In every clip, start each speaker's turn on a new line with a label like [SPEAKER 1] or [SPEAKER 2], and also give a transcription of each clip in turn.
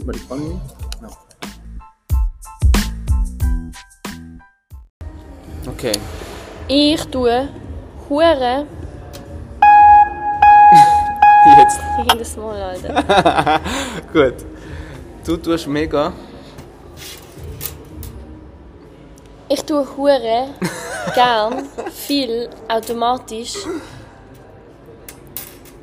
[SPEAKER 1] Über die Spannung. Ja. Okay.
[SPEAKER 2] Ich tue Hure.
[SPEAKER 1] Jetzt.
[SPEAKER 2] Jedes Mal, Alter.
[SPEAKER 1] Gut. Du tust mega.
[SPEAKER 2] Ich tue Hure gern, viel, automatisch,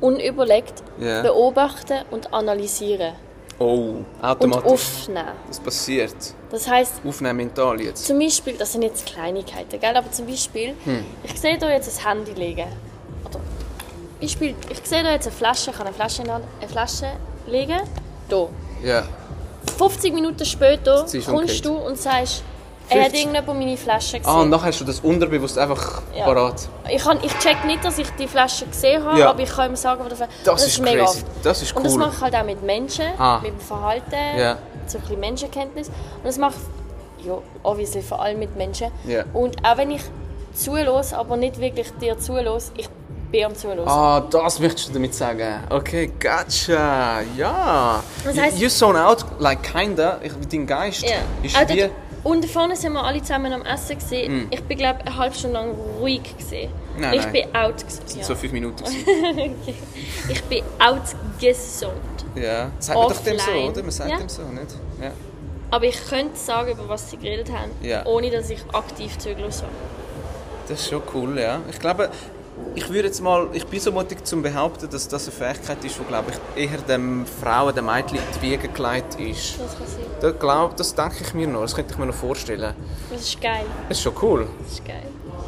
[SPEAKER 2] unüberlegt
[SPEAKER 1] Ja.
[SPEAKER 2] beobachten und analysieren.
[SPEAKER 1] Oh,
[SPEAKER 2] Und
[SPEAKER 1] automatisch.
[SPEAKER 2] aufnehmen.
[SPEAKER 1] Das passiert.
[SPEAKER 2] Das heißt,
[SPEAKER 1] Aufnehmen mental jetzt.
[SPEAKER 2] zum Beispiel, das sind jetzt Kleinigkeiten, gell? aber zum Beispiel,
[SPEAKER 1] Hm.
[SPEAKER 2] ich sehe da jetzt ein Handy liegen. Oder, Beispiel, ich sehe da jetzt eine Flasche, ich kann eine Flasche, in, eine Flasche legen, da.
[SPEAKER 1] Ja.
[SPEAKER 2] 50 Minuten später
[SPEAKER 1] Sie ist
[SPEAKER 2] kommst
[SPEAKER 1] umgekehrt.
[SPEAKER 2] du und sagst, er hat
[SPEAKER 1] 50?
[SPEAKER 2] irgendjemand meine Flasche gesehen.
[SPEAKER 1] Ah, und nachher hast du das unterbewusst einfach
[SPEAKER 2] Ja.
[SPEAKER 1] parat.
[SPEAKER 2] Ich, kann, ich check nicht, dass ich die Flasche gesehen habe,
[SPEAKER 1] Ja.
[SPEAKER 2] aber ich kann ihm sagen, wo der Flasche
[SPEAKER 1] Das, ist crazy. Das ist
[SPEAKER 2] Und das
[SPEAKER 1] cool.
[SPEAKER 2] mache ich halt auch mit Menschen,
[SPEAKER 1] Ah.
[SPEAKER 2] mit dem Verhalten,
[SPEAKER 1] Ja.
[SPEAKER 2] so ein bisschen Menschenkenntnis. Und das mache ich, ja, obviously vor allem mit Menschen.
[SPEAKER 1] Ja.
[SPEAKER 2] Und auch wenn ich zulos, aber nicht wirklich dir zulos, ich bin am zulos.
[SPEAKER 1] Ah, das möchtest du damit sagen. Okay, gotcha. Ja.
[SPEAKER 2] Das
[SPEAKER 1] You-
[SPEAKER 2] heisst-
[SPEAKER 1] you zone out like kinda. Ich, dein Geist
[SPEAKER 2] Ja. Ah,
[SPEAKER 1] ist
[SPEAKER 2] Auch
[SPEAKER 1] wie... Hm.
[SPEAKER 2] dort- und da vorne sind wir alle zusammen am Essen gesehen. Ich bin glaube eine halbe Stunde lang ruhig gesehen.
[SPEAKER 1] Nein,
[SPEAKER 2] ich
[SPEAKER 1] nein.
[SPEAKER 2] bin out gesund.
[SPEAKER 1] So fünf Minuten. gewesen.
[SPEAKER 2] Ich bin out gesund.
[SPEAKER 1] ja. Sagt man doch dem so,
[SPEAKER 2] Offline.
[SPEAKER 1] oder? Man sagt
[SPEAKER 2] Ja.
[SPEAKER 1] dem so, nicht? Ja.
[SPEAKER 2] Aber ich könnte sagen, über was sie geredet haben,
[SPEAKER 1] Ja.
[SPEAKER 2] ohne dass ich aktiv zugelassen habe.
[SPEAKER 1] Das ist schon cool, ja. Ich glaube, ich würde jetzt mal, ich bin so mutig zum behaupten, dass das eine Fähigkeit ist, die glaube ich eher dem Frauen, dem Mädchen in die Wiege gelegt ist.
[SPEAKER 2] Das kann sein.
[SPEAKER 1] Das, glaub, das denke ich mir noch, das könnte ich mir noch vorstellen.
[SPEAKER 2] Das ist geil.
[SPEAKER 1] Das ist schon cool.
[SPEAKER 2] Das ist geil.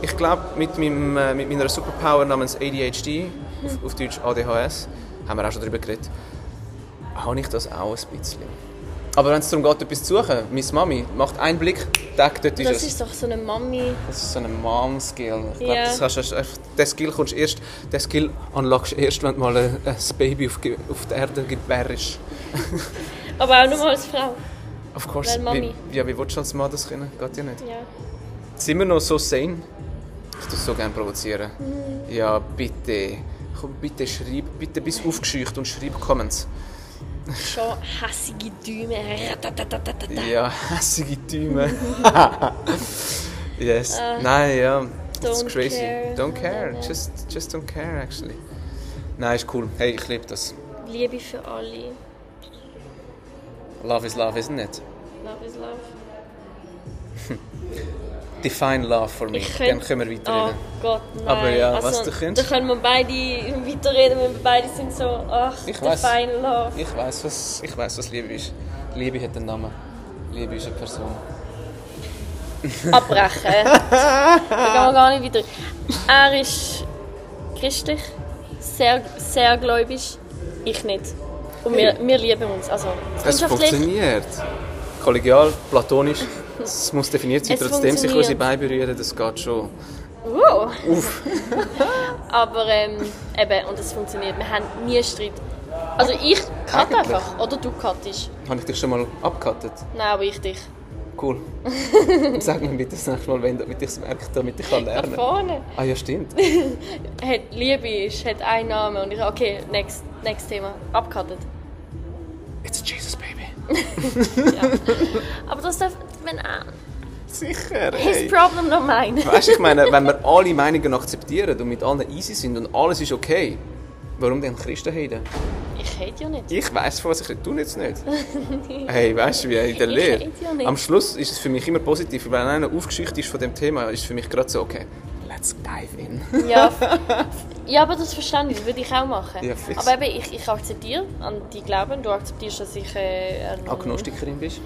[SPEAKER 1] Ich glaube, mit, meinem, äh, mit meiner Superpower namens ADHD, auf, auf Deutsch ADHS, haben wir auch schon darüber geredet, habe ich das auch ein bisschen. Aber wenn es darum geht, etwas zu suchen, meine Mami macht einen Blick, denkt, dort ist
[SPEAKER 2] Das
[SPEAKER 1] es.
[SPEAKER 2] ist doch so eine Mami.
[SPEAKER 1] Das ist so ein Mom-Skill. Ich glaube,
[SPEAKER 2] Ja.
[SPEAKER 1] das kannst du erst- einfach- den Skill kommst du erst, den Skill unlockst du erst, wenn du mal ein, ein Baby auf, ge- auf der Erde gebärst.
[SPEAKER 2] Aber auch nur mal als Frau.
[SPEAKER 1] Of course.
[SPEAKER 2] Weil Mami.
[SPEAKER 1] Wie, ja, wie willst du als Mann das können? Geht ja nicht.
[SPEAKER 2] Ja.
[SPEAKER 1] Sind wir noch so sane? Ich tue so gerne provozieren.
[SPEAKER 2] Mhm.
[SPEAKER 1] Ja, bitte. Komm, bitte schreib, bitte bis aufgescheucht und schreib Comments.
[SPEAKER 2] Schon hässige Däume. Ratatatatata.
[SPEAKER 1] Ja, hässige Tüme. yes. Nein, ja. Das
[SPEAKER 2] Ah. don't
[SPEAKER 1] ist crazy.
[SPEAKER 2] care.
[SPEAKER 1] Don't care.
[SPEAKER 2] Nein, nein.
[SPEAKER 1] Just, just don't care, actually. Nein, ist cool. Hey, ich liebe das.
[SPEAKER 2] Liebe für alle.
[SPEAKER 1] Love is love, isn't it?
[SPEAKER 2] Love is love.
[SPEAKER 1] Define love for me. Dann können wir
[SPEAKER 2] Oh
[SPEAKER 1] weiterreden.
[SPEAKER 2] Gott, nein. Also,
[SPEAKER 1] Aber ja, was, du
[SPEAKER 2] Da
[SPEAKER 1] könntest-
[SPEAKER 2] können wir beide weiterreden, wenn wir beide sind so, ach,
[SPEAKER 1] Ich
[SPEAKER 2] der
[SPEAKER 1] weiss.
[SPEAKER 2] fine love.
[SPEAKER 1] Ich weiß, was, ich weiß, was Liebe ist. Liebe hat einen Namen. Liebe ist eine Person.
[SPEAKER 2] Abbrechen. da gehen wir gar nicht weiter. Er ist christlich, sehr, sehr gläubig, ich nicht. Und wir, wir lieben uns. Also,
[SPEAKER 1] Es
[SPEAKER 2] freundschaftlich.
[SPEAKER 1] funktioniert. Kollegial, platonisch. Es muss definiert sein,
[SPEAKER 2] Es
[SPEAKER 1] trotzdem sich
[SPEAKER 2] funktioniert.
[SPEAKER 1] unsere Beine berühren, das geht schon.
[SPEAKER 2] Wow. Aber ähm, eben, und es funktioniert. Wir haben nie Streit. Also ich cut
[SPEAKER 1] Eigentlich.
[SPEAKER 2] einfach. Oder du cuttest.
[SPEAKER 1] Habe ich dich schon mal abgekattet?
[SPEAKER 2] Nein, aber ich dich.
[SPEAKER 1] Cool. Sag mir bitte das nächste Mal, wenn du- damit ich es merke, damit ich kann
[SPEAKER 2] Nach
[SPEAKER 1] lernen
[SPEAKER 2] vorne.
[SPEAKER 1] Ah ja, stimmt.
[SPEAKER 2] Hat Liebe ist, hat einen Namen und ich okay, next, next Thema. Abcuttet.
[SPEAKER 1] It's Jesus, baby.
[SPEAKER 2] Aber das darf, wenn auch.
[SPEAKER 1] Sicher,
[SPEAKER 2] His
[SPEAKER 1] hey.
[SPEAKER 2] problem, not mine.
[SPEAKER 1] Weißt du, ich meine, wenn wir alle Meinungen akzeptieren und mit allen easy sind und alles ist okay, warum denn Christen heiden?
[SPEAKER 2] Ich hate ja nicht.
[SPEAKER 1] Ich weiß, von was ich rede. Du jetzt nicht. Hey, weißt du, wie in der
[SPEAKER 2] Ich
[SPEAKER 1] Lehre.
[SPEAKER 2] rede ja nicht.
[SPEAKER 1] Am Schluss ist es für mich immer positiv. Wenn einer aufgeschickt ist von dem Thema, ist es für mich gerade so, okay, let's dive in.
[SPEAKER 2] Ja, f- ja aber das verstand ich, würde ich auch machen.
[SPEAKER 1] Ja, fix.
[SPEAKER 2] aber eben, ich, ich akzeptiere an die Glauben, du akzeptierst, dass ich äh, ein-
[SPEAKER 1] Agnostikerin bist.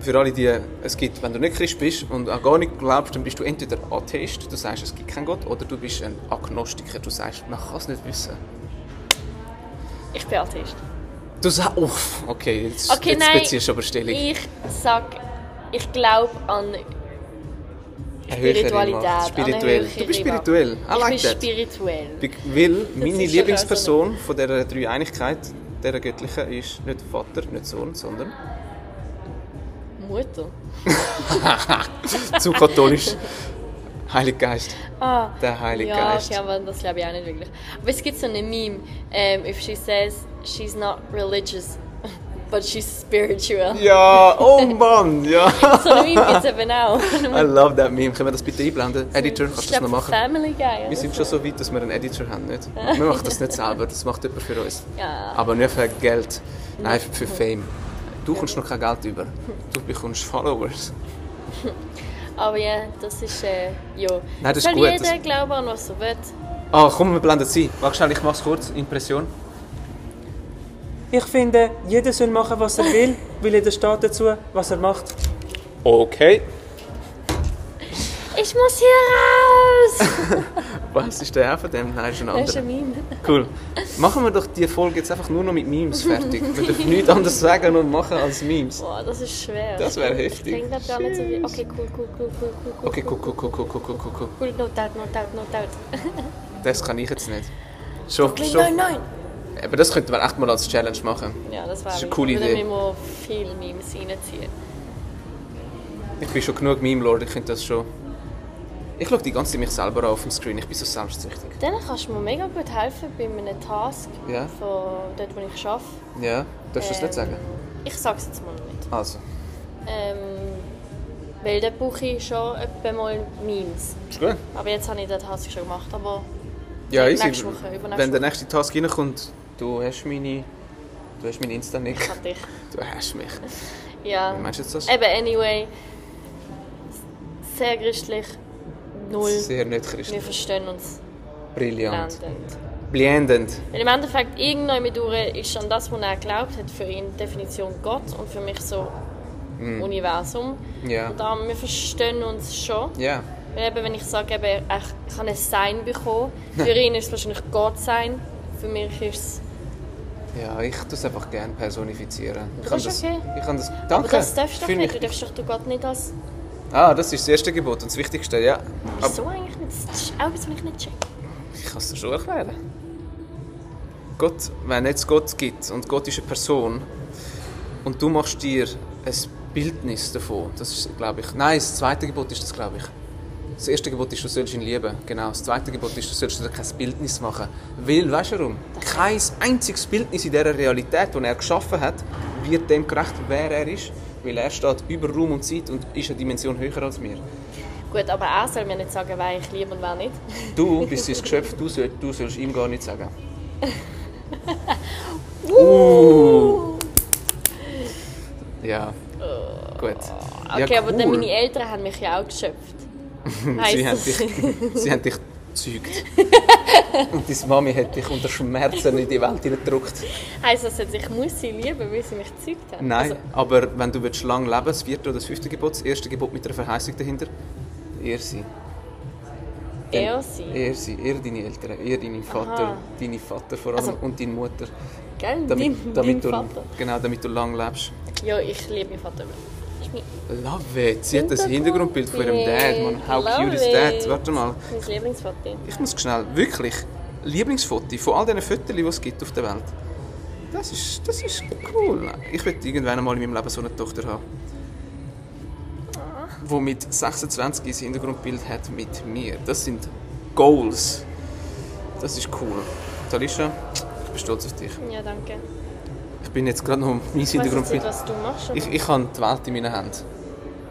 [SPEAKER 1] Für alle, die es gibt, wenn du nicht Christ bist und auch gar nicht glaubst, dann bist du entweder Atheist, du sagst, es gibt keinen Gott, oder du bist ein Agnostiker, du sagst, man kann es nicht wissen.
[SPEAKER 2] Ich bin Atheist.
[SPEAKER 1] Du sagst, uff, okay, jetzt,
[SPEAKER 2] Okay,
[SPEAKER 1] jetzt
[SPEAKER 2] nein.
[SPEAKER 1] beziehst du aber Stellung.
[SPEAKER 2] Ich sag, ich glaube an
[SPEAKER 1] Eine höhere
[SPEAKER 2] Spiritualität,
[SPEAKER 1] Macht. Spirituell.
[SPEAKER 2] eine höhere
[SPEAKER 1] Du bist
[SPEAKER 2] Macht.
[SPEAKER 1] spirituell. I
[SPEAKER 2] ich
[SPEAKER 1] like
[SPEAKER 2] bin
[SPEAKER 1] that.
[SPEAKER 2] spirituell.
[SPEAKER 1] Be- Weil meine
[SPEAKER 2] ist schon
[SPEAKER 1] Lieblingsperson von dieser Dreieinigkeit, dieser göttlichen, ist nicht Vater, nicht Sohn, sondern
[SPEAKER 2] Mutter.
[SPEAKER 1] zu katholisch. Heilig Geist.
[SPEAKER 2] Ah,
[SPEAKER 1] Der Heilige
[SPEAKER 2] ja,
[SPEAKER 1] Geist.
[SPEAKER 2] Ja, aber das glaube ich auch nicht wirklich. Aber es gibt so ein Meme, ähm, if she says she's not religious, but she's spiritual.
[SPEAKER 1] Ja, oh Mann, ja.
[SPEAKER 2] So eine Meme gibt es eben auch. Können
[SPEAKER 1] I love that meme. Können wir das bitte einblenden? Editor,
[SPEAKER 2] wir-
[SPEAKER 1] kannst du das
[SPEAKER 2] Ich glaub,
[SPEAKER 1] noch machen?
[SPEAKER 2] Family Guy.
[SPEAKER 1] Wir sind schon so weit, dass wir einen Editor haben, nicht? Wir machen das nicht selber, das macht jemand für uns.
[SPEAKER 2] Ja.
[SPEAKER 1] Aber nicht für Geld, nein, für Fame. Du kommst noch kein Geld über. Du bekommst Followers.
[SPEAKER 2] Aber ja, das ist, äh, ja.
[SPEAKER 1] das ist
[SPEAKER 2] Soll
[SPEAKER 1] gut,
[SPEAKER 2] jeder
[SPEAKER 1] das-
[SPEAKER 2] glauben an was er will.
[SPEAKER 1] Ah, komm, wir blenden sie. Warte schnell, ich mach's kurz. Impression.
[SPEAKER 3] Ich finde, jeder soll machen, was er will, weil jeder steht dazu, was er macht.
[SPEAKER 1] Okay.
[SPEAKER 2] Ich muss hier raus!
[SPEAKER 1] Was ist der von dem? Nein, ist ein
[SPEAKER 2] das ist
[SPEAKER 1] anderer.
[SPEAKER 2] ein Meme.
[SPEAKER 1] Cool. Machen wir doch die Folge jetzt einfach nur noch mit Memes fertig. Wir dürfen nichts anderes sagen und machen als Memes.
[SPEAKER 2] Boah, das ist schwer.
[SPEAKER 1] Das wäre
[SPEAKER 2] Ich
[SPEAKER 1] heftig.
[SPEAKER 2] denke grad gar nicht so viel. Okay, cool, cool, cool, cool, cool, cool.
[SPEAKER 1] Okay, guck, guck, guck, guck, guck, guck, guck.
[SPEAKER 2] Cool, no doubt, no doubt, no doubt.
[SPEAKER 1] Das kann ich jetzt nicht. Schon,
[SPEAKER 2] Nein,
[SPEAKER 1] schon.
[SPEAKER 2] nein, nein!
[SPEAKER 1] Aber das könnte man echt mal als Challenge machen.
[SPEAKER 2] Ja, das war
[SPEAKER 1] Das ist eine coole
[SPEAKER 2] würde
[SPEAKER 1] Idee.
[SPEAKER 2] mir mal viel Memes reinziehen.
[SPEAKER 1] Ich bin schon genug Meme-Lord, ich könnte das schon... Ich schaue die ganze Zeit mich selber an auf dem Screen, ich bin so selbstsüchtig.
[SPEAKER 2] Dann kannst du mir mega gut helfen bei einem Task
[SPEAKER 1] Ja.
[SPEAKER 2] von dort, wo ich arbeite.
[SPEAKER 1] Ja, darfst du das nicht
[SPEAKER 2] Ähm,
[SPEAKER 1] sagen?
[SPEAKER 2] Ich sag's jetzt mal nicht.
[SPEAKER 1] Also,
[SPEAKER 2] Ähm, weil dann brauche ich schon etwa mal Memes.
[SPEAKER 1] ist gut.
[SPEAKER 2] Aber jetzt habe ich den Task schon gemacht, aber
[SPEAKER 1] Ja, easy.
[SPEAKER 2] Nächste Woche, übernächste
[SPEAKER 1] Wenn der nächste Task reinkommt, du hast meine... Du hast meinen Insta-Nick.
[SPEAKER 2] hatte ich.
[SPEAKER 1] Du hast mich.
[SPEAKER 2] Ja.
[SPEAKER 1] Wie
[SPEAKER 2] Ähm,
[SPEAKER 1] meinst du jetzt das?
[SPEAKER 2] Eben, anyway. Sehr christlich. Null.
[SPEAKER 1] Sehr nicht
[SPEAKER 2] Wir
[SPEAKER 1] christlich.
[SPEAKER 2] verstehen uns
[SPEAKER 1] Brillant.
[SPEAKER 2] blendend.
[SPEAKER 1] Blendend.
[SPEAKER 2] Weil im Endeffekt, irgendwann mit durch ist an das, was er glaubt hat, für ihn die Definition Gott und für mich so Universum.
[SPEAKER 1] Ja.
[SPEAKER 2] Und darum, wir verstehen uns schon.
[SPEAKER 1] Ja.
[SPEAKER 2] Weil eben, wenn ich sage, eben, ich- ich habe ein Sein bekommen, für ihn ist es wahrscheinlich Gott sein, für mich ist es...
[SPEAKER 1] Ja, ich tue es einfach gerne personifizieren. Ich
[SPEAKER 2] Das
[SPEAKER 1] kann
[SPEAKER 2] ist
[SPEAKER 1] das,
[SPEAKER 2] okay.
[SPEAKER 1] ich kann das, danke.
[SPEAKER 2] Aber das darfst du doch
[SPEAKER 1] Fühl
[SPEAKER 2] nicht, du
[SPEAKER 1] mich-
[SPEAKER 2] darfst doch den Gott nicht als...
[SPEAKER 1] Ah, das ist das erste Gebot und das Wichtigste, ja. Aber
[SPEAKER 2] Wieso eigentlich nicht? Das ist auch etwas, was ich nicht check.
[SPEAKER 1] ich kann es dir schon erklären. Gott, wenn es Gott gibt und Gott ist eine Person und du machst dir ein Bildnis davon, das ist, glaube ich, nein, das zweite Gebot ist das, glaube ich. Das erste Gebot ist, du sollst ihn lieben, genau. Das zweite Gebot ist, du sollst dir kein Bildnis machen. Weil, weißt du warum? Kein einziges Bildnis in dieser Realität, die er geschaffen hat, wird dem gerecht, wer er ist. Weil er steht über Raum und Zeit und ist eine Dimension höher als wir.
[SPEAKER 2] Gut, aber er soll mir nicht sagen, wer ich liebe und wer nicht.
[SPEAKER 1] Du bist sein Geschöpf, du, soll, du sollst ihm gar nichts sagen. uh. Ja. Gut.
[SPEAKER 2] Oh, Okay,
[SPEAKER 1] ja,
[SPEAKER 2] aber dann meine Eltern haben mich ja auch geschöpft.
[SPEAKER 1] Sie
[SPEAKER 2] Heisst
[SPEAKER 1] haben,
[SPEAKER 2] das?
[SPEAKER 1] dich, sie haben dich gezeugt. Und deine Mami hat dich unter Schmerzen in die Welt gedrückt.
[SPEAKER 2] Heisst das jetzt, ich muss sie lieben, weil sie mich gezeugt haben?
[SPEAKER 1] Nein,
[SPEAKER 2] Also,
[SPEAKER 1] aber wenn du willst, lang leben das vierte oder das fünfte Gebot, das erste Gebot mit einer Verheißung dahinter, ehr sie. Dann-
[SPEAKER 2] er sie.
[SPEAKER 1] Ehr sie, ehr deine Eltern, ehr deinen Vater,
[SPEAKER 2] Aha.
[SPEAKER 1] deine Vater vor allem
[SPEAKER 2] Also-
[SPEAKER 1] und deine Mutter.
[SPEAKER 2] Gell?
[SPEAKER 1] Damit,
[SPEAKER 2] dein,
[SPEAKER 1] damit du,
[SPEAKER 2] dein Vater.
[SPEAKER 1] Genau, damit du lang lebst.
[SPEAKER 2] Ja, ich liebe meinen Vater. immer. Ist mein,
[SPEAKER 1] Love it. Sie hat das Hintergrundbild
[SPEAKER 2] Hintergrundbild.
[SPEAKER 1] von ihrem Dad. Man, how
[SPEAKER 2] Love
[SPEAKER 1] cute is
[SPEAKER 2] it.
[SPEAKER 1] that? Warte mal.
[SPEAKER 2] mein Lieblingsvater.
[SPEAKER 1] Ich muss schnell, wirklich, Lieblingsfoto von all diesen Fotos, die es gibt auf der Welt. Das ist, das ist cool. Ich will irgendwann einmal in meinem Leben so eine Tochter haben.
[SPEAKER 2] Ah.
[SPEAKER 1] Die mit 26 ein Hintergrundbild hat mit mir. Das sind Goals. Das ist cool. Talisha, ich bin stolz auf dich.
[SPEAKER 2] Ja, danke.
[SPEAKER 1] Ich bin jetzt gerade noch um mein
[SPEAKER 2] Ich weiß jetzt
[SPEAKER 1] Hintergrundbild.
[SPEAKER 2] nicht, was du machst. aber-
[SPEAKER 1] Ich, ich habe die Welt in meinen Händen.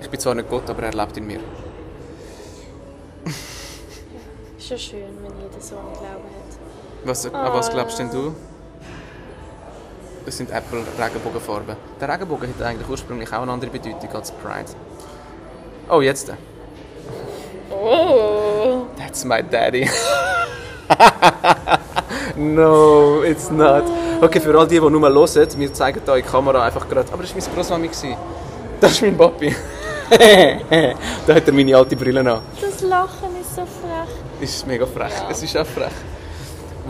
[SPEAKER 1] Ich bin zwar nicht Gott, aber er lebt in mir.
[SPEAKER 2] Ist ja schön, wenn jeder so einen Glauben hat.
[SPEAKER 1] Was, an was glaubst denn du? Das sind Apple Regenbogenfarben. Der Regenbogen hat eigentlich ursprünglich auch eine andere Bedeutung als Pride. Oh, jetzt. der.
[SPEAKER 2] Oh!
[SPEAKER 1] That's my daddy. no, it's not. Okay, für all die, die nur hören, wir zeigen da in die Kamera einfach gerade. Aber das war meine Großmami. Das ist mein Papi. da hat er meine alte Brille an.
[SPEAKER 2] Das Lachen ist so frech.
[SPEAKER 1] Es ist mega frech.
[SPEAKER 2] Ja.
[SPEAKER 1] Es ist auch frech.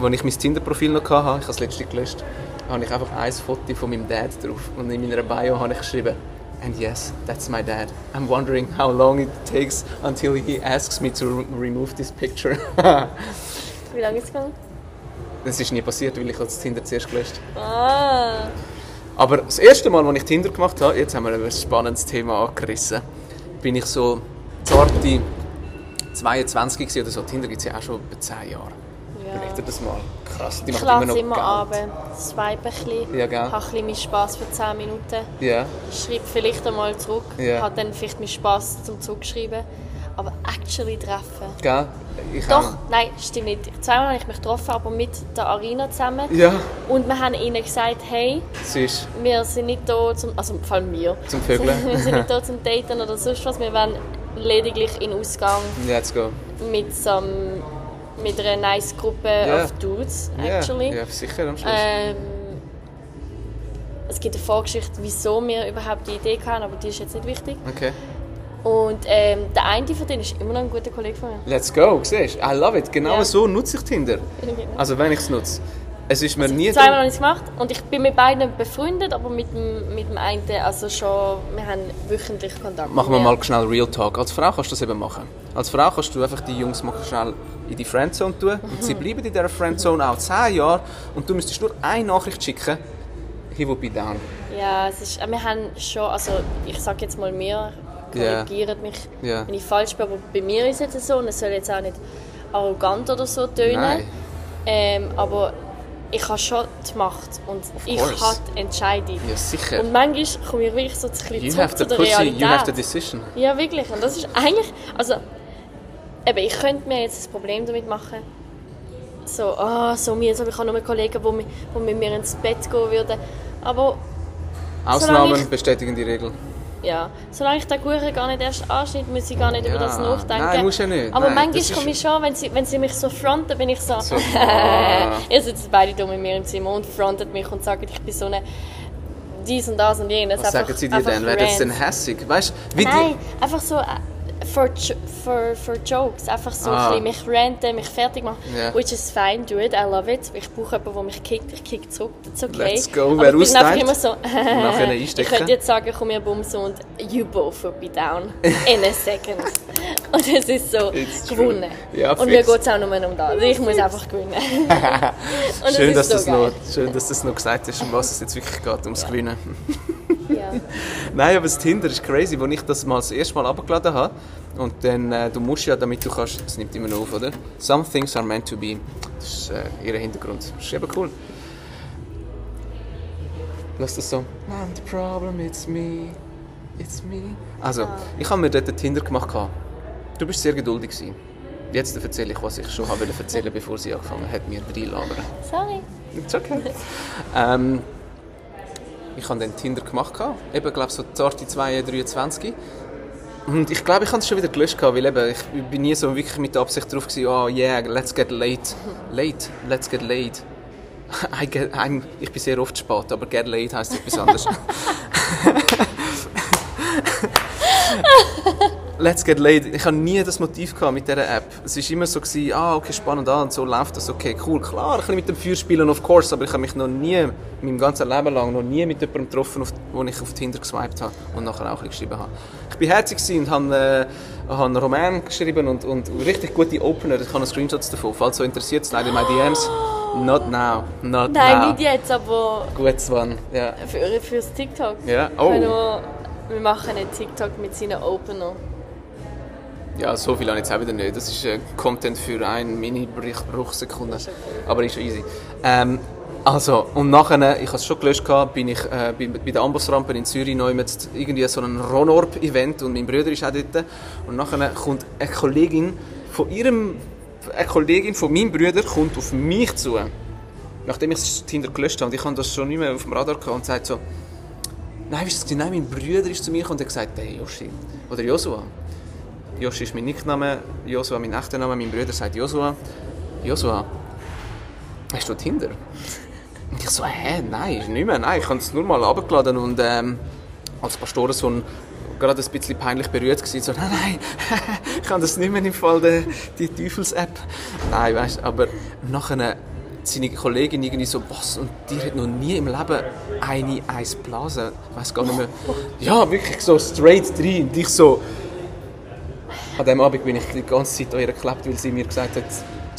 [SPEAKER 1] Als ich mein Tinder-Profil noch hatte, ich habe das letzte gelöscht, habe ich einfach ein Foto von meinem Dad drauf. Und in meiner Bio habe ich geschrieben, And yes, that's my dad. I'm wondering how long it takes until he asks me to re- remove this picture.
[SPEAKER 2] Wie lange ist es gegangen?
[SPEAKER 1] das ist nie passiert, weil ich habe das Tinder zuerst gelöscht.
[SPEAKER 2] Ah!
[SPEAKER 1] Aber das erste Mal, als ich Tinder gemacht habe, jetzt haben wir ein spannendes Thema angerissen, bin ich so zarte 22 gewesen oder so. Tinder gibt es ja auch schon über 10 Jahre. Überleg dir das mal. Krass, die
[SPEAKER 2] Ich
[SPEAKER 1] macht immer noch
[SPEAKER 2] lasse immer
[SPEAKER 1] Geld.
[SPEAKER 2] runter, swipe ein bisschen,
[SPEAKER 1] Ja, gell?
[SPEAKER 2] habe ein bisschen meinen Spass für 10 Minuten,
[SPEAKER 1] Ja,
[SPEAKER 2] schreibe vielleicht einmal zurück,
[SPEAKER 1] Ja.
[SPEAKER 2] habe dann vielleicht meinen Spass zum Zurückschreiben, aber actually treffen.
[SPEAKER 1] gell? Ich
[SPEAKER 2] Doch,
[SPEAKER 1] auch.
[SPEAKER 2] nein, stimmt nicht. Zweimal habe ich mich getroffen, aber mit der Arena zusammen.
[SPEAKER 1] Ja,
[SPEAKER 2] Und wir haben ihnen gesagt, hey,
[SPEAKER 1] süß.
[SPEAKER 2] wir sind nicht da zum, also vor allem wir.
[SPEAKER 1] Zum Vögeln.
[SPEAKER 2] wir sind nicht da zum Daten oder sonst was, wir wollen lediglich in Ausgang
[SPEAKER 1] Let's go.
[SPEAKER 2] mit, so, einem- mit einer nice Gruppe
[SPEAKER 1] Ja.
[SPEAKER 2] of Dudes,
[SPEAKER 1] Ja,
[SPEAKER 2] actually.
[SPEAKER 1] Ja, sicher am Schluss.
[SPEAKER 2] Ähm, es gibt eine Vorgeschichte, wieso wir überhaupt die Idee hatten, aber die ist jetzt nicht wichtig.
[SPEAKER 1] Okay.
[SPEAKER 2] Und ähm, der eine von denen ist immer noch ein guter Kollege von mir.
[SPEAKER 1] Let's go, siehst du? I love it. Genau
[SPEAKER 2] Ja.
[SPEAKER 1] so nutze ich Tinder.
[SPEAKER 2] Genau.
[SPEAKER 1] Also wenn ich es nutze. Es ist mir nie...
[SPEAKER 2] Also, Zweimal
[SPEAKER 1] drum-
[SPEAKER 2] habe ich es gemacht und ich bin mit beiden befreundet, aber mit dem, mit dem einen, also schon, wir haben wöchentlich Kontakt.
[SPEAKER 1] Machen wir
[SPEAKER 2] mehr.
[SPEAKER 1] mal schnell Real Talk. Als Frau kannst du das eben machen. Als Frau kannst du einfach die Jungs mal schnell in die Friendzone tun und
[SPEAKER 2] Mhm.
[SPEAKER 1] sie bleiben in dieser Friendzone auch 10 Jahre und du müsstest nur eine Nachricht schicken. He will be down.
[SPEAKER 2] Ja, es ist, äh, wir haben schon, also ich sage jetzt mal mir,
[SPEAKER 1] Ja.
[SPEAKER 2] korrigiert mich,
[SPEAKER 1] Ja.
[SPEAKER 2] wenn ich falsch bin, aber bei mir ist es jetzt so und es soll jetzt auch nicht arrogant oder so tönen.
[SPEAKER 1] Nein.
[SPEAKER 2] Ähm, aber ich habe schon die Macht und ich
[SPEAKER 1] course.
[SPEAKER 2] habe die Entscheidung.
[SPEAKER 1] Ja, sicher.
[SPEAKER 2] Und manchmal komme ich wirklich so ein bisschen
[SPEAKER 1] You
[SPEAKER 2] zurück
[SPEAKER 1] have the
[SPEAKER 2] zu der
[SPEAKER 1] pussy,
[SPEAKER 2] Realität.
[SPEAKER 1] you have the decision.
[SPEAKER 2] Ja, wirklich. Und das ist eigentlich. Also, eben, ich könnte mir jetzt ein Problem damit machen. So, ah, so mir, jetzt habe ich auch noch einen Kollegen, der mit, wo mit mir ins Bett gehen würde. Aber
[SPEAKER 1] Ausnahmen
[SPEAKER 2] ich-
[SPEAKER 1] bestätigen die Regel.
[SPEAKER 2] ja, solange ich den Kuchen gar nicht erst anschneide, muss ich gar nicht
[SPEAKER 1] Ja.
[SPEAKER 2] über das nachdenken.
[SPEAKER 1] Nein, musst ja nicht.
[SPEAKER 2] Aber
[SPEAKER 1] Nein, das ist-
[SPEAKER 2] manchmal komme ich schon, wenn sie, wenn sie mich so fronten, bin ich so,
[SPEAKER 1] So, oh, ah.
[SPEAKER 2] ihr sitzt beide dumm mit mir im Zimmer und frontet mich und sagt, ich bin so eine dies und das und jenes.
[SPEAKER 1] Was
[SPEAKER 2] Einfach-
[SPEAKER 1] sagen sie dir
[SPEAKER 2] einfach
[SPEAKER 1] denn? Werden sie
[SPEAKER 2] rant.
[SPEAKER 1] denn hässig? Weißt du, wie
[SPEAKER 2] Nein, einfach so äh, for, jo- for, for jokes, einfach so
[SPEAKER 1] Ah.
[SPEAKER 2] ein bisschen mich ranten, mich fertig machen.
[SPEAKER 1] Ja.
[SPEAKER 2] Which is fine, do it, I love it. Ich brauche jemanden, der mich kickt, ich kick zurück, that's okay.
[SPEAKER 1] Let's go,
[SPEAKER 2] Aber
[SPEAKER 1] wer
[SPEAKER 2] ich bin einfach
[SPEAKER 1] austeilt,
[SPEAKER 2] immer so,
[SPEAKER 1] nachher
[SPEAKER 2] ich
[SPEAKER 1] einstecken.
[SPEAKER 2] könnte jetzt sagen, komm mir Bums und you both will be down in a second. und es ist so,
[SPEAKER 1] It's true.
[SPEAKER 2] gewonnen.
[SPEAKER 1] Ja,
[SPEAKER 2] und mir
[SPEAKER 1] fix.
[SPEAKER 2] geht es auch nur um das, ich muss einfach gewinnen. Und
[SPEAKER 1] die, schön,
[SPEAKER 2] es
[SPEAKER 1] dass
[SPEAKER 2] ist
[SPEAKER 1] das
[SPEAKER 2] so geil.
[SPEAKER 1] noch, schön, dass das noch gesagt ist, um was es jetzt wirklich geht, ums Gewinnen.
[SPEAKER 2] Ja.
[SPEAKER 1] Nein, aber das Tinder ist crazy, als ich das mal das erste Mal abgeladen habe. Und dann, äh, du musst ja, damit du kannst, es nimmt immer noch auf, oder? Some things are meant to be. Das ist äh, ihr Hintergrund. Das ist eben cool. Lass das so. I'm the problem, it's me. It's me. Also, ich habe mir dort einen Tinder gemacht. gehabt. Du bist sehr geduldig gewesen. Jetzt erzähle ich, was ich schon wollte erzählen, bevor sie angefangen hat, mir reinlabern.
[SPEAKER 2] Sorry.
[SPEAKER 1] It's okay. ähm, ich habe den Tinder gemacht, gehabt. eben glaube so zarte 2, 23. Und ich glaube, ich habe es schon wieder gelöscht, gehabt, weil eben, ich bin nie so wirklich mit der Absicht drauf gewesen, oh yeah, let's get late. Late, let's get late. I get, I'm, ich bin sehr oft spät, aber get late heisst etwas anderes. Let's get laid. Ich habe nie das Motiv gehabt mit dieser App. Es war immer so, gewesen, ah, okay, spannend, ah, und so läuft das, okay, cool, klar, ein bisschen mit dem Feuer spielen, of course, aber ich habe mich noch nie, mein ganzes Leben lang, noch nie mit jemandem getroffen, auf, wo ich auf Tinder geswiped habe und nachher auch ein bisschen geschrieben habe. Ich bin herzig gewesen und habe, äh, habe einen Roman geschrieben und, und richtig gute Opener. Ich habe noch Screenshots davon. Falls so interessiert, slide in my DMs. Not now, not
[SPEAKER 2] Nein,
[SPEAKER 1] now.
[SPEAKER 2] nicht jetzt, aber
[SPEAKER 1] Gutes one, ja.
[SPEAKER 2] für, fürs TikTok.
[SPEAKER 1] Ja, oh.
[SPEAKER 2] Können Wir, wir machen einen TikTok mit seinen Opener.
[SPEAKER 1] Ja, so viel habe ich jetzt auch wieder nicht. Das ist äh, Content für eine Mini-Bruchsekunde. Aber ist easy. Ähm, also, und nachher, ich habe es schon gelöscht, gehabt, bin ich äh, bei, bei der Ambossrampe in Zürich neu mit irgendwie so einem Ronorb-Event und mein Bruder ist auch dort. Und nachher kommt eine Kollegin von ihrem, eine Kollegin von meinem Bruder kommt auf mich zu. Nachdem ich das Tinder gelöscht habe und ich habe das schon nicht mehr auf dem Radar gehabt und sagt so, nein, weißt du, nein, mein Bruder ist zu mir gekommen und hat gesagt, hey, Yoshi oder Joshua. Joshi ist mein Nickname, Joshua mein echter Name, mein Bruder sagt Joshua. Joshua, hast du Tinder? Und ich so, hä, nein, ist nicht mehr, nein, ich habe es nur mal runtergeladen und ähm, als Pastorensohn gerade ein bisschen peinlich berührt gewesen, so, nein, nein, ich habe das nicht mehr im Fall der, die Teufels-App. Nein, weißt du, aber nachher seine Kollegin irgendwie so, was, und die hat noch nie im Leben eine Eisblase, ich weiss gar nicht mehr. Ja, wirklich so straight rein und ich so, an dem Abend bin ich die ganze Zeit an ihr geklebt, weil sie mir gesagt hat,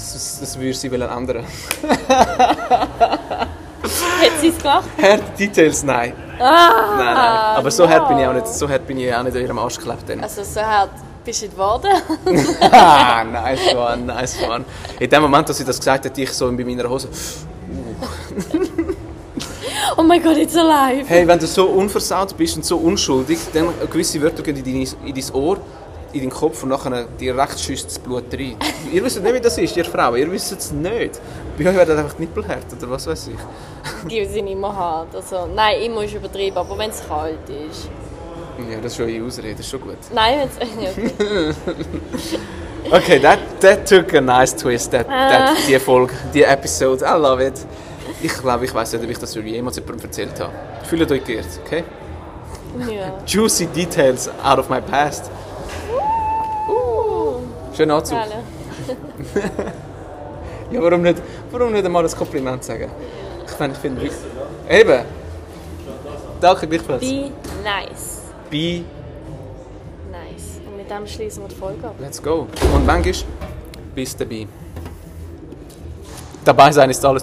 [SPEAKER 1] das, das würde sie wollen ändern.
[SPEAKER 2] Hat sie es gemacht?
[SPEAKER 1] Hart Details, nein. nein, nein. Aber so hart bin ich auch nicht, so hart bin ich auch nicht an ihrem Arsch geklebt. Dann.
[SPEAKER 2] Also so hart bist du geworden?
[SPEAKER 1] ah, nice one, nice one. In dem Moment, als sie das gesagt hat, ich so bei meiner Hose.
[SPEAKER 2] oh mein Gott, it's alive!
[SPEAKER 1] Hey, wenn du so unversaut bist und so unschuldig, dann gewisse Wörter gehen in dein, in dein Ohr, in deinen Kopf und nachher dir recht schießt das Blut rein. ihr wisst nicht, wie das ist, ihr Frauen, ihr wisst es nicht. Bei euch werden einfach die Nippel hart oder was weiß ich.
[SPEAKER 2] Die sind immer hart. Also, nein, immer ist übertrieben, aber wenn es kalt ist.
[SPEAKER 1] Ja, das ist schon eine Ausrede, das ist schon gut.
[SPEAKER 2] Nein, wenn es. Okay.
[SPEAKER 1] Okay, that, that took a nice twist, that, that, die Folge, die Episode, I love it. Ich glaube, ich weiß nicht, ob ich das jemals jemandem erzählt habe. Fühlt euch geirrt, okay?
[SPEAKER 2] Ja.
[SPEAKER 1] Juicy details out of my past.
[SPEAKER 2] Uh,
[SPEAKER 1] Schönen Anzug.
[SPEAKER 2] alle.
[SPEAKER 1] Ja, warum nicht, warum nicht einmal ein Kompliment sagen? Ich finde, ich finde wirklich... Eben. Danke gleichfalls.
[SPEAKER 2] Be nice.
[SPEAKER 1] Be,
[SPEAKER 2] Nice. Und mit dem schließen wir die Folge ab.
[SPEAKER 1] let's go. Und manchmal, bis dabei. Dabei sein ist alles